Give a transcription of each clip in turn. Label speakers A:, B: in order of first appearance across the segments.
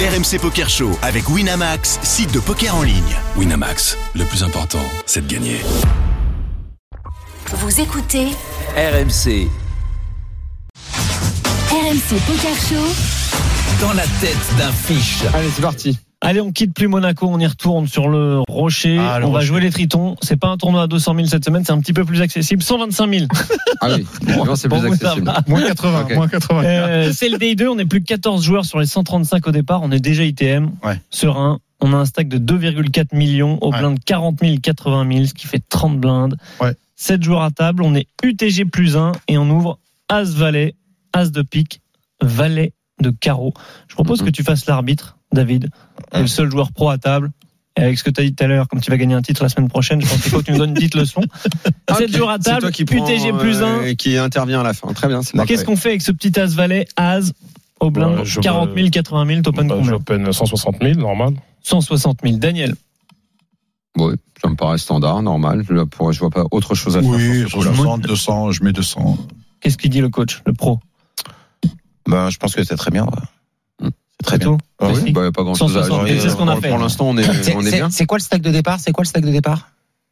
A: RMC Poker Show avec Winamax, site de poker en ligne.
B: Winamax, le plus important, c'est de gagner.
C: Vous écoutez
D: RMC,
C: RMC Poker Show.
D: dans la tête d'un fiche.
E: Allez, c'est parti.
F: Allez, on quitte plus Monaco, on y retourne sur le Rocher.
E: Ah, le
F: on va
E: Rocher.
F: jouer les Tritons. C'est pas un tournoi à 200 000 cette semaine, c'est un petit peu plus accessible. 125 000.
E: Ah oui, bon, c'est
F: Pour
E: plus
F: vous, ça
E: accessible.
F: va.
G: Moins 80,
E: Ok.
G: moins 80.
F: Euh, c'est le day 2, on est plus que 14 joueurs sur les 135 au départ. On est déjà ITM,
G: Ouais.
F: serein. On a un stack de 2,4 millions au
G: Ouais.
F: blind 40 000, 80 000, ce qui fait 30 blindes.
G: Ouais.
F: 7 joueurs à table, on est UTG plus 1 et on ouvre As-Valet, As de pique, Valet de carreau. Je propose
E: Mhm.
F: que tu fasses l'arbitre, David. T'es le seul joueur pro à table. Et avec ce que tu as dit tout à l'heure, comme tu vas gagner un titre la semaine prochaine, je pense qu'il faut que tu nous donnes une petite leçon. 7
E: Ok,
F: joueurs à
E: Ah, c'est
F: table,
E: toi qui prends,
F: UTG plus 1.
E: euh, et qui intervient à la fin. Très bien, c'est parfait.
F: Qu'est-ce qu'on fait avec ce petit As Valet As au blind
H: Bah, je-
F: 40 000, 80 000, t'open
H: Bah,
F: combien
H: J'open 160 000, normal.
F: 160 000. Daniel,
E: Ouais, ça me paraît standard, normal. Je vois- je vois pas autre chose à faire.
G: Oui,
E: sur ce coup-là.
G: 60, 200, je mets 200.
F: qu'est-ce qu'il dit le coach, le pro
I: Ben, je pense que c'est très bien.
E: Hmm.
I: C'est très
F: C'est
I: bien.
F: tout
E: Ah oui,
F: Classique.
E: bah, pas grand chose à
F: 160,
E: ajouter.
I: c'est ce
F: qu'on a fait.
E: Pour l'instant, on est,
I: C'est-
E: on est
I: c'est-
E: bien.
I: C'est quoi le stack de départ C'est quoi le stack de départ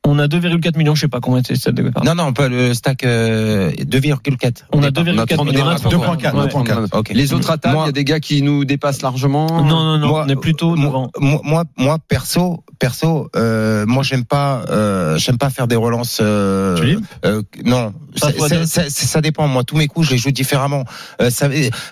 F: On a 2,4 millions, je sais pas combien c'est ça de départ.
I: Non, non, pas le stack euh, 2,4.
F: On a
I: Départ.
F: 2,4
E: on a
F: millions.
G: 2,4,
F: Ouais.
G: 2,4.
I: Ok.
E: Les autres à table, il
I: Moi-
E: y a des gars qui nous dépassent largement.
F: Non, non, non,
I: Moi-
F: on est
E: euh,
F: plutôt devant.
I: Moi, moi, moi, perso, perso, euh, moi j'aime pas, euh, j'aime pas faire des relances. euh,
G: Tu lis
I: euh, non,
F: Pas
I: ça,
F: fois
I: ça-
F: deux.
I: ça- ça- ça dépend. Moi, tous mes coups, je les joue différemment. Euh, ça,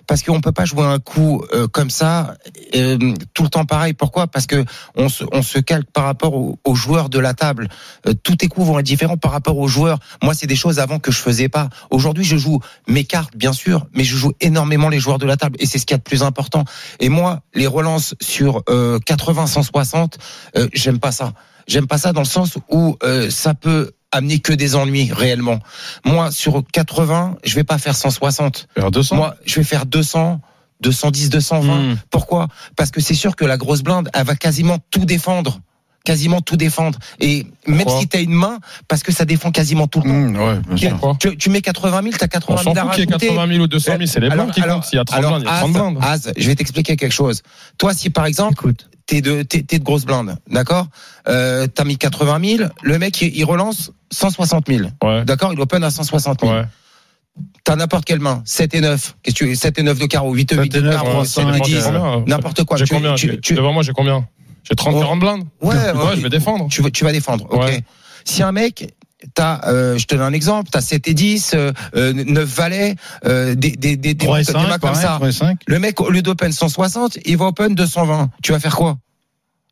I: parce qu'on peut pas jouer un coup euh, comme ça euh, tout le temps pareil. Pourquoi Parce que on se, on se calque par rapport au- aux, joueurs de la table. Euh, tous tes coups vont être différents par rapport aux joueurs. Moi, c'est des choses avant que je faisais pas. Aujourd'hui, je joue mes cartes, bien sûr, mais je joue énormément les joueurs de la table, et c'est ce qu'il y a de plus important. Et moi, les relances sur euh, 80, 160, euh, j'aime pas ça. J'aime pas ça dans le sens où euh, ça peut amener que des ennuis réellement. Moi, sur 80, je vais pas faire 160.
H: Vers 200.
I: Moi, je vais faire 200, 210, 220.
F: Hmm.
I: Pourquoi Parce que c'est sûr que la grosse blinde, elle va quasiment tout défendre. Quasiment tout défendre. Et même
H: Pourquoi Hmm.
I: si t'as une main, parce que ça défend quasiment tout le temps.
G: Mmh, ouais, bien sûr.
H: Pourquoi
I: Tu, tu mets 80 000, t'as
H: On
I: 80
H: s'en
I: 000 à
H: fout qu'il y ait
I: rajouter.
H: 80 000 ou 200 000, c'est les blindes
I: Alors,
H: qui
I: alors,
H: comptent. S'il y a 30
I: alors,
H: blindes, il y a
I: Az,
H: 30 blindes.
I: Az, je vais t'expliquer quelque chose. Toi, si par exemple,
F: Écoute,
I: t'es de, t'es, t'es de grosse blinde, d'accord euh, T'as mis 80 000, le mec, il, il relance 160 000,
H: Ouais,
I: d'accord Il open à 160 000.
H: ouais.
I: T'as n'importe quelle main, 7 et 9, qu'est-ce que tu 7 et 9 de carreau, 8 et 8 de
H: Ouais,
I: carreau,
H: ça
I: 7 et
H: dépend
I: 10,
H: de combien, hein.
I: n'importe quoi.
H: J'ai
I: Tu-
H: combien
I: tu- tu-
H: Devant moi, j'ai combien J'ai 30,
I: Oh.
H: 40 blindes.
I: Ouais,
H: Ouais,
I: ouais.
H: je vais défendre.
I: tu, vas- tu vas défendre. ok
H: Ouais.
I: Si un mec, t'as, euh, je te donne un exemple, t'as 7 et 10, euh, euh, 9 valets, euh, des, des, des, des,
G: 3 et
I: des mains
G: 5,
I: comme
G: pareil,
I: ça.
G: 3 et 5.
I: Le mec, au lieu d'open 160, il va open 220. Tu vas faire quoi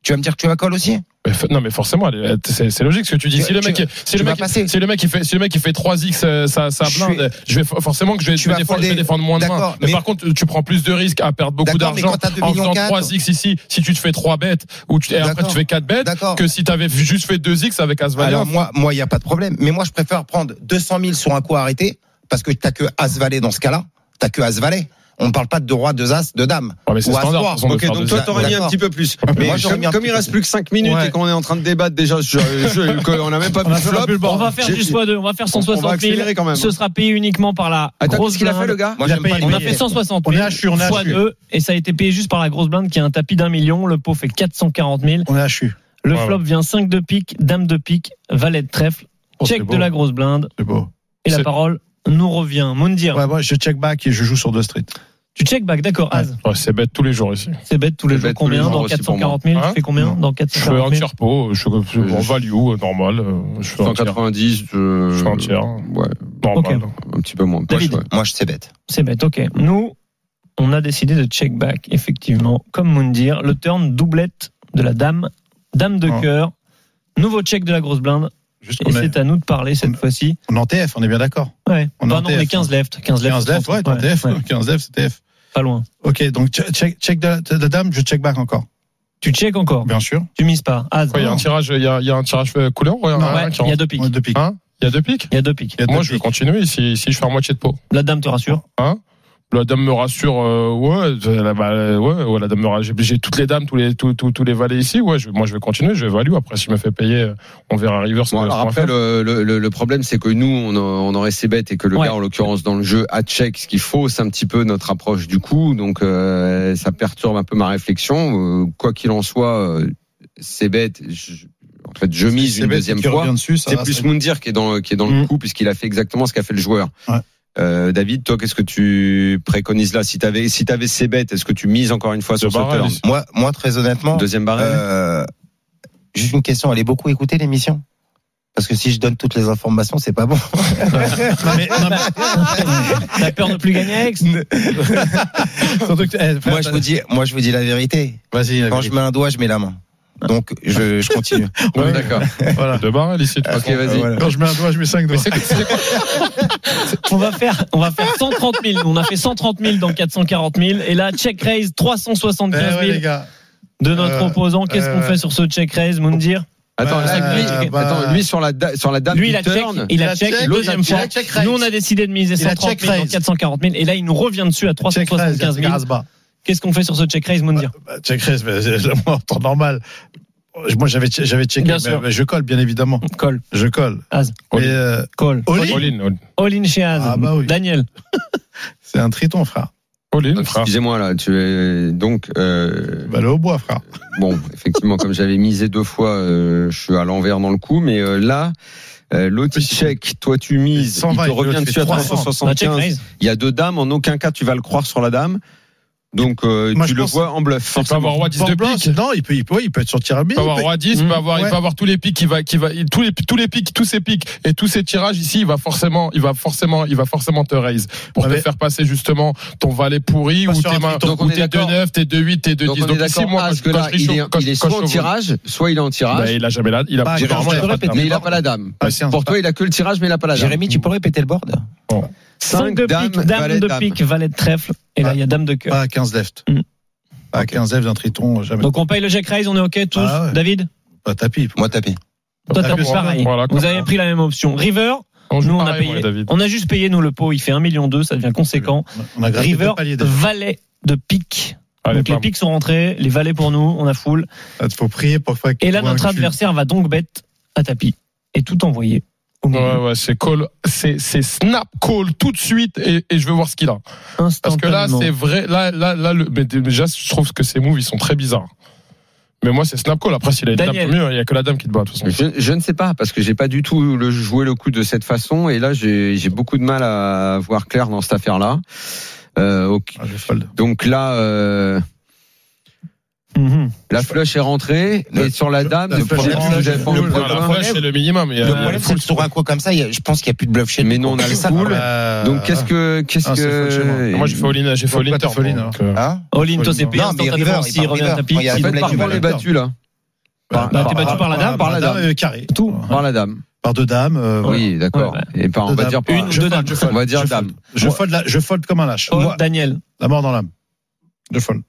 I: Tu vas me dire que tu vas call aussi
H: Mais fa- Non, mais forcément, elle est- c'est c'est logique ce que tu dis.
I: Tu-
H: Si le
I: tu-
H: mec, est- si
I: tu
H: le
I: vas
H: mec,
I: passer.
H: si le mec, il fait, si le mec, il fait 3x euh, sa, sa
I: Je
H: blinde, je vais for- forcément que je vais,
I: Tu
H: je vais
I: vas
H: défendre, je vais
I: folder.
H: défendre moins de mains.
I: D'accord,
H: Mais,
I: mais-
H: par contre, tu prends plus de risques à perdre beaucoup
I: D'accord, mais
H: d'argent
I: quand t'as deux
H: en
I: millions
H: faisant
I: quatre-
H: 3x ici. Si tu te fais 3 bêtes ou tu, et après
I: D'accord.
H: tu fais 4 bêtes,
I: D'accord.
H: que si t'avais juste fait 2x avec Asvalia.
I: Alors moi, moi, il n'y a pas de problème. Mais moi, je préfère prendre 200 000 sur un coup arrêté parce que t'as que As Valet dans ce cas-là. T'as que As Valet. On ne parle pas de roi, de As, de Dame.
H: Ouais, mais c'est
I: Ou As
H: standard, de
I: roi.
H: toute façon, de
I: Ok,
H: faire
I: donc
H: des-
I: toi, t'aurais mis un petit
E: peu plus.
I: Mais
E: Mais
I: moi, j'aurais
E: comme,
I: mis un
E: comme
I: petit
E: il
I: peu
E: reste plus que 5 minutes
G: Ouais.
E: et qu'on est en train de débattre déjà, je, je- qu'on n'a même pas
G: On a
E: vu
G: fait la
E: flop.
G: bulle,
F: on
G: bordel.
F: va faire
E: j'ai-
F: du x2, on va faire 160
E: on va
F: 000.
E: accélérer quand même.
F: Ce sera payé uniquement par la
E: Attends,
F: grosse
E: qu'est-ce qu'il a fait, le
F: blinde.
E: gars
I: Moi,
G: Il a
I: j'aime pas
G: payé.
I: les
F: On a
I: billets.
F: fait 160
G: On est
F: 000
G: à chu, on est à
F: fois
G: chu.
F: deux, et ça a été payé juste par la grosse blinde qui a un tapis d'un million. Le pot fait 440 000.
G: On est à CHU.
F: Le
H: Ouais,
F: flop vient 5 de pique, dame de pique, valet de trèfle,
G: Oh, c'est
F: check
G: beau.
F: de la grosse blinde.
G: C'est beau.
F: Et la
H: C'est-
F: parole nous revient. Moundir,
G: Ouais, ouais, je check back et je joue sur deux streets.
F: tu check back, d'accord.
G: Ouais.
F: Az,
H: Ouais, c'est bête tous les jours ici.
F: c'est bête tous les
E: C'est
F: jours.
E: bête tous les
F: Combien
E: jours
F: dans
E: aussi pour moi.
F: 440 000
H: Hein
F: Tu fais combien
G: Non.
F: dans
H: Je fais un
F: 440 000
H: tiers pot, je fais en value, euh, normal. euh, Je fais un tiers.
E: 190, je,
H: Je fais un tiers.
E: euh, Ouais,
H: Normal.
E: un petit peu moins.
F: David.
E: Ouais.
I: Moi, je sais bête.
F: C'est bête, ok. Nous, on a décidé de check back, effectivement, comme Moundir. Le turn doublette de la dame, dame de
G: Ouais.
F: cœur, nouveau check de la grosse blinde.
G: Juste
F: Et
G: qu'on est,
F: c'est à nous de parler cette
G: on-
F: fois-ci.
G: on est en TF, on est bien d'accord.
F: Ouais.
G: on est
F: Enfin,
G: en
F: non, on est
G: TF,
F: 15 left. 15 left.
G: 15 left, ouais, t'es en TF.
F: ouais,
G: 15 left, c'est TF.
F: Pas loin.
G: Ok, donc che- check, check de, la, de la dame, je check back encore.
F: Tu check encore.
G: Bien sûr.
F: Tu mises pas. Az.
H: Quoi, Il y a un tirage, il y a, il y a un tirage euh, couleur ou il y en a
F: Ouais,
H: un qui
F: il y a
H: rentre
F: deux piques.
G: Ouais, deux piques.
H: Hein Il y a deux pics
F: Il y a deux piques.
G: Il y a deux
H: Moi, je vais
G: piques.
H: continuer ici, ici je fais à moitié de pot.
F: La dame te rassure.
H: Hein La dame me rassure, euh, ouais, la, bah, ouais, ouais, la dame me rassure. J'ai- J'ai toutes les dames, tous les, tous, tous, tous les valets ici. Ouais, je- moi je vais continuer, je vais value. Après, s'il me fait payer, euh, on verra River. ce
E: Bon,
H: qu'on-
E: alors
H: ce qu'on va
E: après,
H: faire.
E: le, le- le- le problème, c'est que nous, on, a- on aurait ses bêtes et que le
F: Ouais.
E: gars, en l'occurrence, dans le jeu, a check ce qu'il faut. C'est un petit peu notre approche du coup. Donc, euh, ça perturbe un peu ma réflexion. Euh, quoi qu'il en soit, euh, ses bêtes, je- en fait, je mise une deuxième
G: qui
E: fois.
G: revient dessus, ça
E: C'est
G: va,
E: plus
G: ça-
E: Moundir qui est dans, qui est dans le
G: Mhm.
E: coup, puisqu'il a fait exactement ce qu'a fait le joueur.
G: Ouais.
E: Euh, David, toi, qu'est-ce que tu préconises là Si t'avais si t'avais ses bêtes, est-ce que tu mises encore une fois sur ce
H: barrel,
E: turn
H: ici.
I: Moi, moi, très honnêtement,
E: Deuxième barrel
I: euh, juste une question. Allez beaucoup écouter l'émission. Parce que si je donne toutes les informations, c'est pas bon.
F: Non, mais, non, mais- T'as peur de plus gagner avec
G: Surtout que- eh, frère,
I: moi, je vous dis, moi, je vous dis la vérité.
G: Vas-y,
I: Quand je mets un doigt, je mets la main. Donc, je, je continue. Euh,
E: Ouais, D'accord.
H: Voilà. Deux barrels ici. de toute
E: Ok,
H: façon.
E: vas-y.
I: Voilà.
G: Quand je mets un doigt, je mets cinq doigts.
F: on va, faire, on va faire 130 000. Nous, On a fait 130 000 dans 440 000. Et là, check raise
G: Eh
F: 375
G: ouais,
F: 000
G: les gars.
F: de notre
G: Euh,
F: opposant. Qu'est-ce
G: euh,
F: qu'on
G: ouais.
F: fait sur ce check raise, Moundir
E: Attends,
G: Bah,
E: lui,
G: bah,
E: attends, lui, sur la, da- sur la dame
F: Lui,
E: du
F: il a check.
E: turn,
F: Il
G: Il
F: a
G: a
F: check.
G: check,
F: Deuxième
G: il a
F: fois.
G: check raise.
F: Nous, on a décidé de miser
G: Il a
F: 130
G: check
F: 000 dans
G: raise.
F: 440 000. Et là, il nous revient dessus à
G: Check raise,
F: 375 000.
G: Garazba.
F: Qu'est-ce qu'on fait sur ce check raise, Moundir
G: Bah, check raise, mais c'est- là, moi, en temps normal. Moi, j'avais che- j'avais checké.
F: Bien
G: mais-
F: sûr.
G: mais je colle, bien évidemment.
F: Call,
G: Je colle.
F: As.
G: Mais,
H: All-in.
G: euh,
F: call.
G: Oli,
H: All-in, all-in.
F: All in chez Az.
G: Ah, bah oui.
F: Daniel.
G: c'est un triton, frère.
H: All-in, frère.
E: Excusez-moi là, tu es donc euh,
G: Bah, le hautbois, frère.
E: bon, effectivement, comme j'avais misé deux fois, euh, je suis à l'envers dans le coup, mais euh, là, euh, l'autre il check, toi tu mises,
G: 120,
E: il te
G: et l'autre
E: revient
G: fait
E: dessus à
G: 300.
F: On a check
E: 375.
F: raise.
E: Il y a deux dames, en aucun cas tu vas le croire sur la dame, donc euh,
G: Moi,
E: tu
G: je
E: le
G: pense-
E: vois en bluff.
H: Il peut avoir
E: Forcément.
H: roi 10 de
G: Fort blanc,
H: pique.
G: c'est- non, il peut, il peut, oui, il peut être sur tir à
H: Il
G: billet,
H: peut avoir
G: il peut-
H: roi 10, il peut avoir, il
G: Ouais.
H: peut avoir tous les pics, il va, qui va, il- tous les, tous les pics, tous ses pics et tous ses tirages ici, il va forcément, il va forcément, il va forcément te raise pour
G: Ouais,
H: te
G: mais-
H: faire passer justement ton valet pourri
G: Pas
H: ou
G: sur
H: tes
G: un
H: mains,
G: triton.
E: hein, Donc,
H: ou
E: on est
H: tes
E: d'accord.
H: 2-9, tes 2-8, tes 2-10.
E: Donc on est d'accord
H: moi,
E: ah,
H: quand
E: parce
H: je-
E: que
H: quand
E: là,
H: je
E: il
H: suis
E: est,
H: chaud- quand
E: il est
H: je- quand
E: soit
H: je
E: en
H: suis chaud-
E: tirage, soit il est en
H: Bah,
E: tirage,
H: il a jamais la, il a,
G: Bah,
H: normalement,
G: je
H: il a
G: le
H: pas de
G: répète,
H: dame.
E: mais il a pas la dame.
G: Ah, si, hein.
E: Pour toi, il a que le tirage, mais il a pas la dame.
I: Jérémy, tu peux répéter le board?
F: 5 de
E: Dame,
F: pique, dame
E: valet,
F: de
E: dame.
F: pique, valet de trèfle. Et
G: Ah.
F: là, il y a dame de cœur.
G: Pas à 15 left.
F: Mm.
G: Pas à 15 left d'un triton, jamais.
F: Donc on paye le check raise, on est OK tous
G: Ah ouais.
F: David
G: Pas tapis.
I: Moi, tapis.
F: Toi,
G: Ah,
F: t'as
G: bien sûr.
F: pareil.
H: Voilà,
F: Vous
H: quoi.
F: avez pris la même option. River,
H: On joue
F: nous, on a
H: pareil,
F: payé.
H: moi et Ah David.
F: On a juste payé, nous, le pot. Il fait 1,2 million, ça devient conséquent.
G: On a gravé
F: River,
G: deux paliers déjà.
F: valet de pique.
H: Allez,
F: donc les
H: bam.
F: piques sont rentrés, les valets pour nous, on a full.
G: Il Ah, faut prier pour pas qu'il
F: Et là,
G: voit un
F: notre
G: cul.
F: adversaire va donc bête à tapis et tout envoyer. au milieu.
H: Ouais, ouais, c'est call, c'est, c'est snap call tout de suite et, et je veux voir ce qu'il a. Parce que là,
F: Instantanément.
H: c'est vrai. Là, là, là, le, mais déjà, je trouve que ces moves, ils sont très bizarres. Mais moi, c'est snap call. Après, s'il a une dame,
F: Daniel.
H: tant mieux. Il n'y a que la dame qui te bat, de toute façon.
E: Je, je ne sais pas parce que j'ai pas du tout le, joué le coup de cette façon et là j'ai j'ai beaucoup de mal à voir clair dans cette affaire là.
G: Ah, je fold.
E: euh, Donc là, euh,
F: Mhm.
E: la flush est rentrée
I: Le-
E: et sur la dame,
G: la
E: le
G: flush
E: premier
G: est
E: coup,
G: rentrée.
E: vous avez pas envie de
G: Le-
H: Voilà,
E: prendre.
H: la flush, c'est le minimum. Il y a-
E: euh,
I: Le
H: il y a
I: problème,
H: full
I: c'est que sur un coup comme ça, il y a- je pense qu'il n'y a plus de bluff chez nous.
E: Mais non, on a le full.
G: Euh,
E: Donc qu'est-ce que qu'est-ce
G: Ah, c'est
E: que
G: faux chez moi.
H: Moi, j'ai fait all-in, j'ai fait
G: Pourquoi
H: all-in
G: t'as
H: turn,
G: fait all-in,
H: donc, euh,
I: Hein
F: All in, toi, c'est payé
G: Non,
I: mais
F: instantanément
I: River, il
F: s'il
I: part
F: revient à
I: River.
F: tapis.
I: Quand il y a
E: En
F: s'il
E: fait,
F: double
E: par
F: avec
E: contre,
F: le
E: on est
F: valet.
E: battu là.
G: Bah,
F: Bah, t'es battu par la dame
E: par la dame.
G: euh, carré.
F: Tout.
E: Par la dame.
G: Par deux dames. euh, voilà.
E: Oui, d'accord.
F: Ouais,
E: Et par on
G: Deux
E: va
G: dames.
E: dire
F: Une
E: par-
F: ou deux dames.
E: on va dire
G: Je
E: dame.
G: fold. Je fold la- je fold comme un lâche.
F: Oh,
G: Moi,
F: Daniel.
G: La mort dans l'âme. Je fold.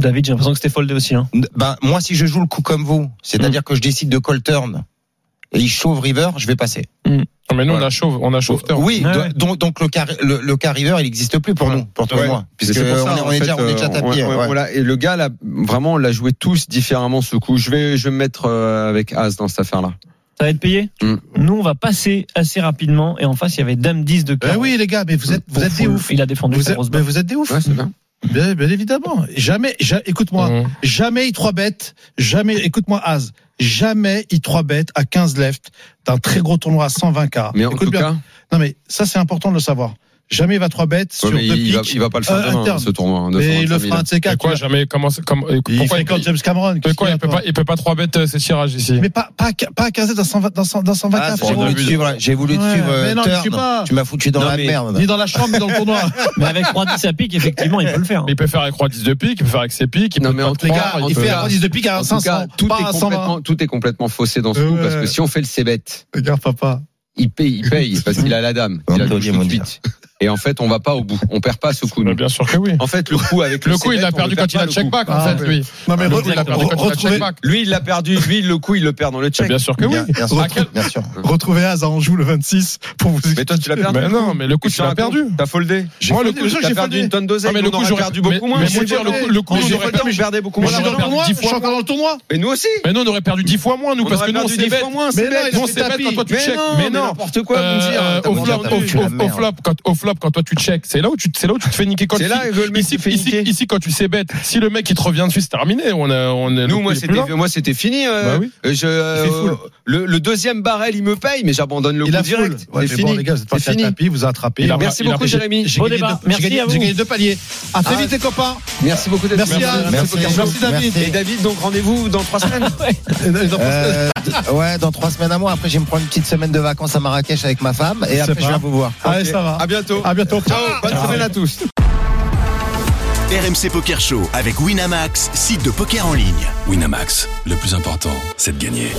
F: David, j'ai l'impression que c'était foldé aussi. hein.
I: Ben, moi, si je joue le coup comme vous,
E: Mm.
I: c'est-à-dire que je décide de call turn et il shove river, je vais passer.
H: Ah, Mais nous, on
I: Voilà.
H: a chauve, on a chauve turn.
I: Oui,
F: Ouais,
I: do-
F: ouais.
I: donc, donc le, car, le, le car river, il n'existe plus pour
E: Ouais.
I: nous, pour toi
E: Ouais.
I: et moi.
E: Puis
I: Puisque
E: c'est pour ça,
I: on, est, on
E: en
I: est
E: fait,
I: déjà, on est déjà
E: euh,
I: tapis.
E: on- on-
I: ouais.
E: voilà. Et le gars, là, vraiment, on l'a joué tous différemment ce coup. Je vais, je vais me mettre euh, avec As dans cette affaire-là.
F: Ça va être payé
E: Mm.
F: Nous, on va passer assez rapidement. Et en face, il y avait Dame 10 de
G: Ben
I: Eh
F: cœur.
G: oui, les gars, mais vous êtes, vous êtes des oufs.
F: Il a défendu
G: Vous
F: sa
G: êtes,
F: grosse
G: mais
F: bête.
G: vous êtes des oufs.
E: Ouais, c'est bien.
G: Bien, bien évidemment. Jamais, ja- écoute-moi,
H: Mmh.
G: jamais i 3 bêtes, jamais, écoute-moi, Az, jamais i 3 bêtes à 15 left d'un très gros tournoi à 120K.
E: Mais en
G: Écoute
E: tout
G: bien.
E: cas,
G: Non, mais ça, c'est important de le savoir. Jamais il va 3 bêtes
E: Ouais,
G: sur
E: mais
G: deux
E: il, va,
G: piques.
E: il va pas le faire
G: Euh,
E: demain,
G: interne.
E: ce tournoi. hein,
G: mais il
E: 225
G: le
E: 000.
G: fera un de ces
H: Mais
G: quatre.
H: quoi,
G: Il-
H: jamais, comment, c'est- comment,
F: Bah,
H: et
G: il
H: pourquoi,
G: fait quand
H: il,
G: James Cameron.
H: mais
G: qu'est-ce
H: quoi,
G: qu'il
H: il peut
G: attend
H: pas, il peut pas 3 bêtes euh, ses tirages ici.
G: Mais pas, pas, à qu- pas à 15 dans 120, dans 100 dans 120
I: Ah,
G: K,
I: j'ai
G: frérot.
I: voulu te suivre, là. j'ai voulu te
G: Ouais,
I: suivre, euh,
G: mais non, je suis
I: turn.
G: pas.
I: Tu m'as foutu dans
F: Non,
I: la
F: mais-
I: merde.
G: Ni dans la chambre, ni dans le tournoi.
F: Mais avec 3-10 à pique, effectivement, il peut le faire. hein.
H: Il peut faire avec roi 10 de pique, il peut faire avec ses piques, il
E: Non,
H: peut
E: mais
H: pas
E: en
H: te
E: tout
G: Les
H: prendre,
G: gars,
E: en
H: il
G: il
E: tout
G: fait
E: cas,
G: un 10 de pique à
E: En tout
G: 500.
E: cas, tout
G: pas
E: est,
G: à 120.
E: complètement, tout est complètement faussé dans ce coup
G: Ouais.
E: parce que si on fait le c-bet,
G: Regarde, papa.
E: il paye, il paye parce qu'il a la dame. Il a
I: Anthony
E: touché tout de
I: Mondial.
E: suite. Et en fait, on va pas au bout. On perd pas ce coup.
H: Bah, bien sûr que oui.
E: En fait, le coup avec
H: Le coup, il
E: C7,
H: l'a
E: on
H: perdu
E: le
H: quand
E: perd
H: il a
E: pas, le coup.
H: check back, en
G: Ah,
H: fait,
G: ouais.
H: lui.
G: Non, mais
H: Le coup,
G: re-
H: il l'a perdu
G: re-
H: quand il a
G: retrouvez-
H: check back.
E: Lui, il l'a perdu. Lui, le coup, il le perd dans le check.
H: Bien sûr que oui.
I: Bien, bien sûr,
H: À quel-
I: bien sûr.
G: retrouvez Az à Anjou le 26 pour vous
E: Mais toi, tu l'as perdu.
H: Mais non, mais le coup, tu l'as perdu.
E: T'as foldé.
H: Moi, le
G: foldé,
H: coup,
G: je-
E: T'as
G: j'ai
E: perdu
G: foldé.
E: une tonne d'oseille.
H: Ah, mais le
E: on
H: coup,
E: aurait
H: j'aurais-
E: perdu beaucoup
H: mais-
E: moins.
H: mais
E: on
H: je veux dire, le coup- le coup,
E: on
H: j'aurais
E: aurait perdu,
H: perdu-
E: je perdais beaucoup
G: Mais
E: moins.
G: je suis
H: on
G: dans
H: aurait
G: le
H: perdu
G: tournoi,
H: dix
G: je suis
H: fois
G: encore dans le tournoi.
E: Mais nous aussi.
H: Mais nous, on aurait perdu dix fois moins, nous,
E: On
H: parce
E: aurait
H: que nous, on
E: perdu
H: s'est
E: dix
H: bête.
E: fois moins.
G: Mais
E: c'est
G: là,
E: bête.
G: il a
H: Non,
G: fait
H: c'est bête
G: tapis.
H: quand toi tu
E: Mais
H: check.
E: non,
H: Mais non.
E: n'importe quoi. vous me dire.
H: Euh,
E: T'as
H: au,
E: perdu
H: flop,
E: un tapis.
H: au-
I: tu fais la
H: au-
I: merde.
H: au flop, quand, au flop, quand toi tu check, c'est là où tu, c'est là où tu te fais niquer. Quand
E: C'est
H: tu-
E: là que le mec
H: ici,
E: se fait
H: ici,
E: niquer.
H: ici, quand tu sais bête, si le mec il te revient dessus, c'est terminé. On a, on est- le
E: Nous,
H: coup,
E: moi,
H: il est plus là.
E: c'était, moi, c'était fini. euh,
H: Bah oui.
E: je,
H: fait
E: euh,
H: full.
E: le, le deuxième barrel, il me paye, mais j'abandonne le
G: Il
E: coup
G: a
E: direct.
G: full. Ouais,
E: c'est
G: mais bon,
E: fini.
G: les gars, vous êtes
E: C'est
G: partis à
E: fini.
G: tapis, vous a attrapé.
H: Il a-
E: Merci
H: il a-
E: beaucoup,
H: il a-
E: Jérémy.
G: J'ai
F: Bon
G: gagné
F: débat.
G: deux- j'ai
F: Merci
G: gagné-
F: à vous.
G: J'ai gagné deux paliers. À très
E: Ah.
G: vite, les copains.
E: Merci beaucoup d'être
G: Merci,
E: venu.
G: Anne.
I: Merci.
G: Merci, David.
E: Et David, donc rendez-vous dans trois semaines.
G: Et- et- et-
I: Euh, d- ouais, dans trois semaines à moi. Après, je vais me prendre une petite semaine de vacances à Marrakech avec ma femme. Et
G: C'est
I: après,
G: pas-
I: je viens vous voir.
G: Allez, ça va.
E: À bientôt.
G: À bientôt.
E: Ciao. Bonne semaine à tous.
A: RMC Poker Show avec Winamax, site de poker en ligne.
B: Winamax, le plus important, c'est de gagner.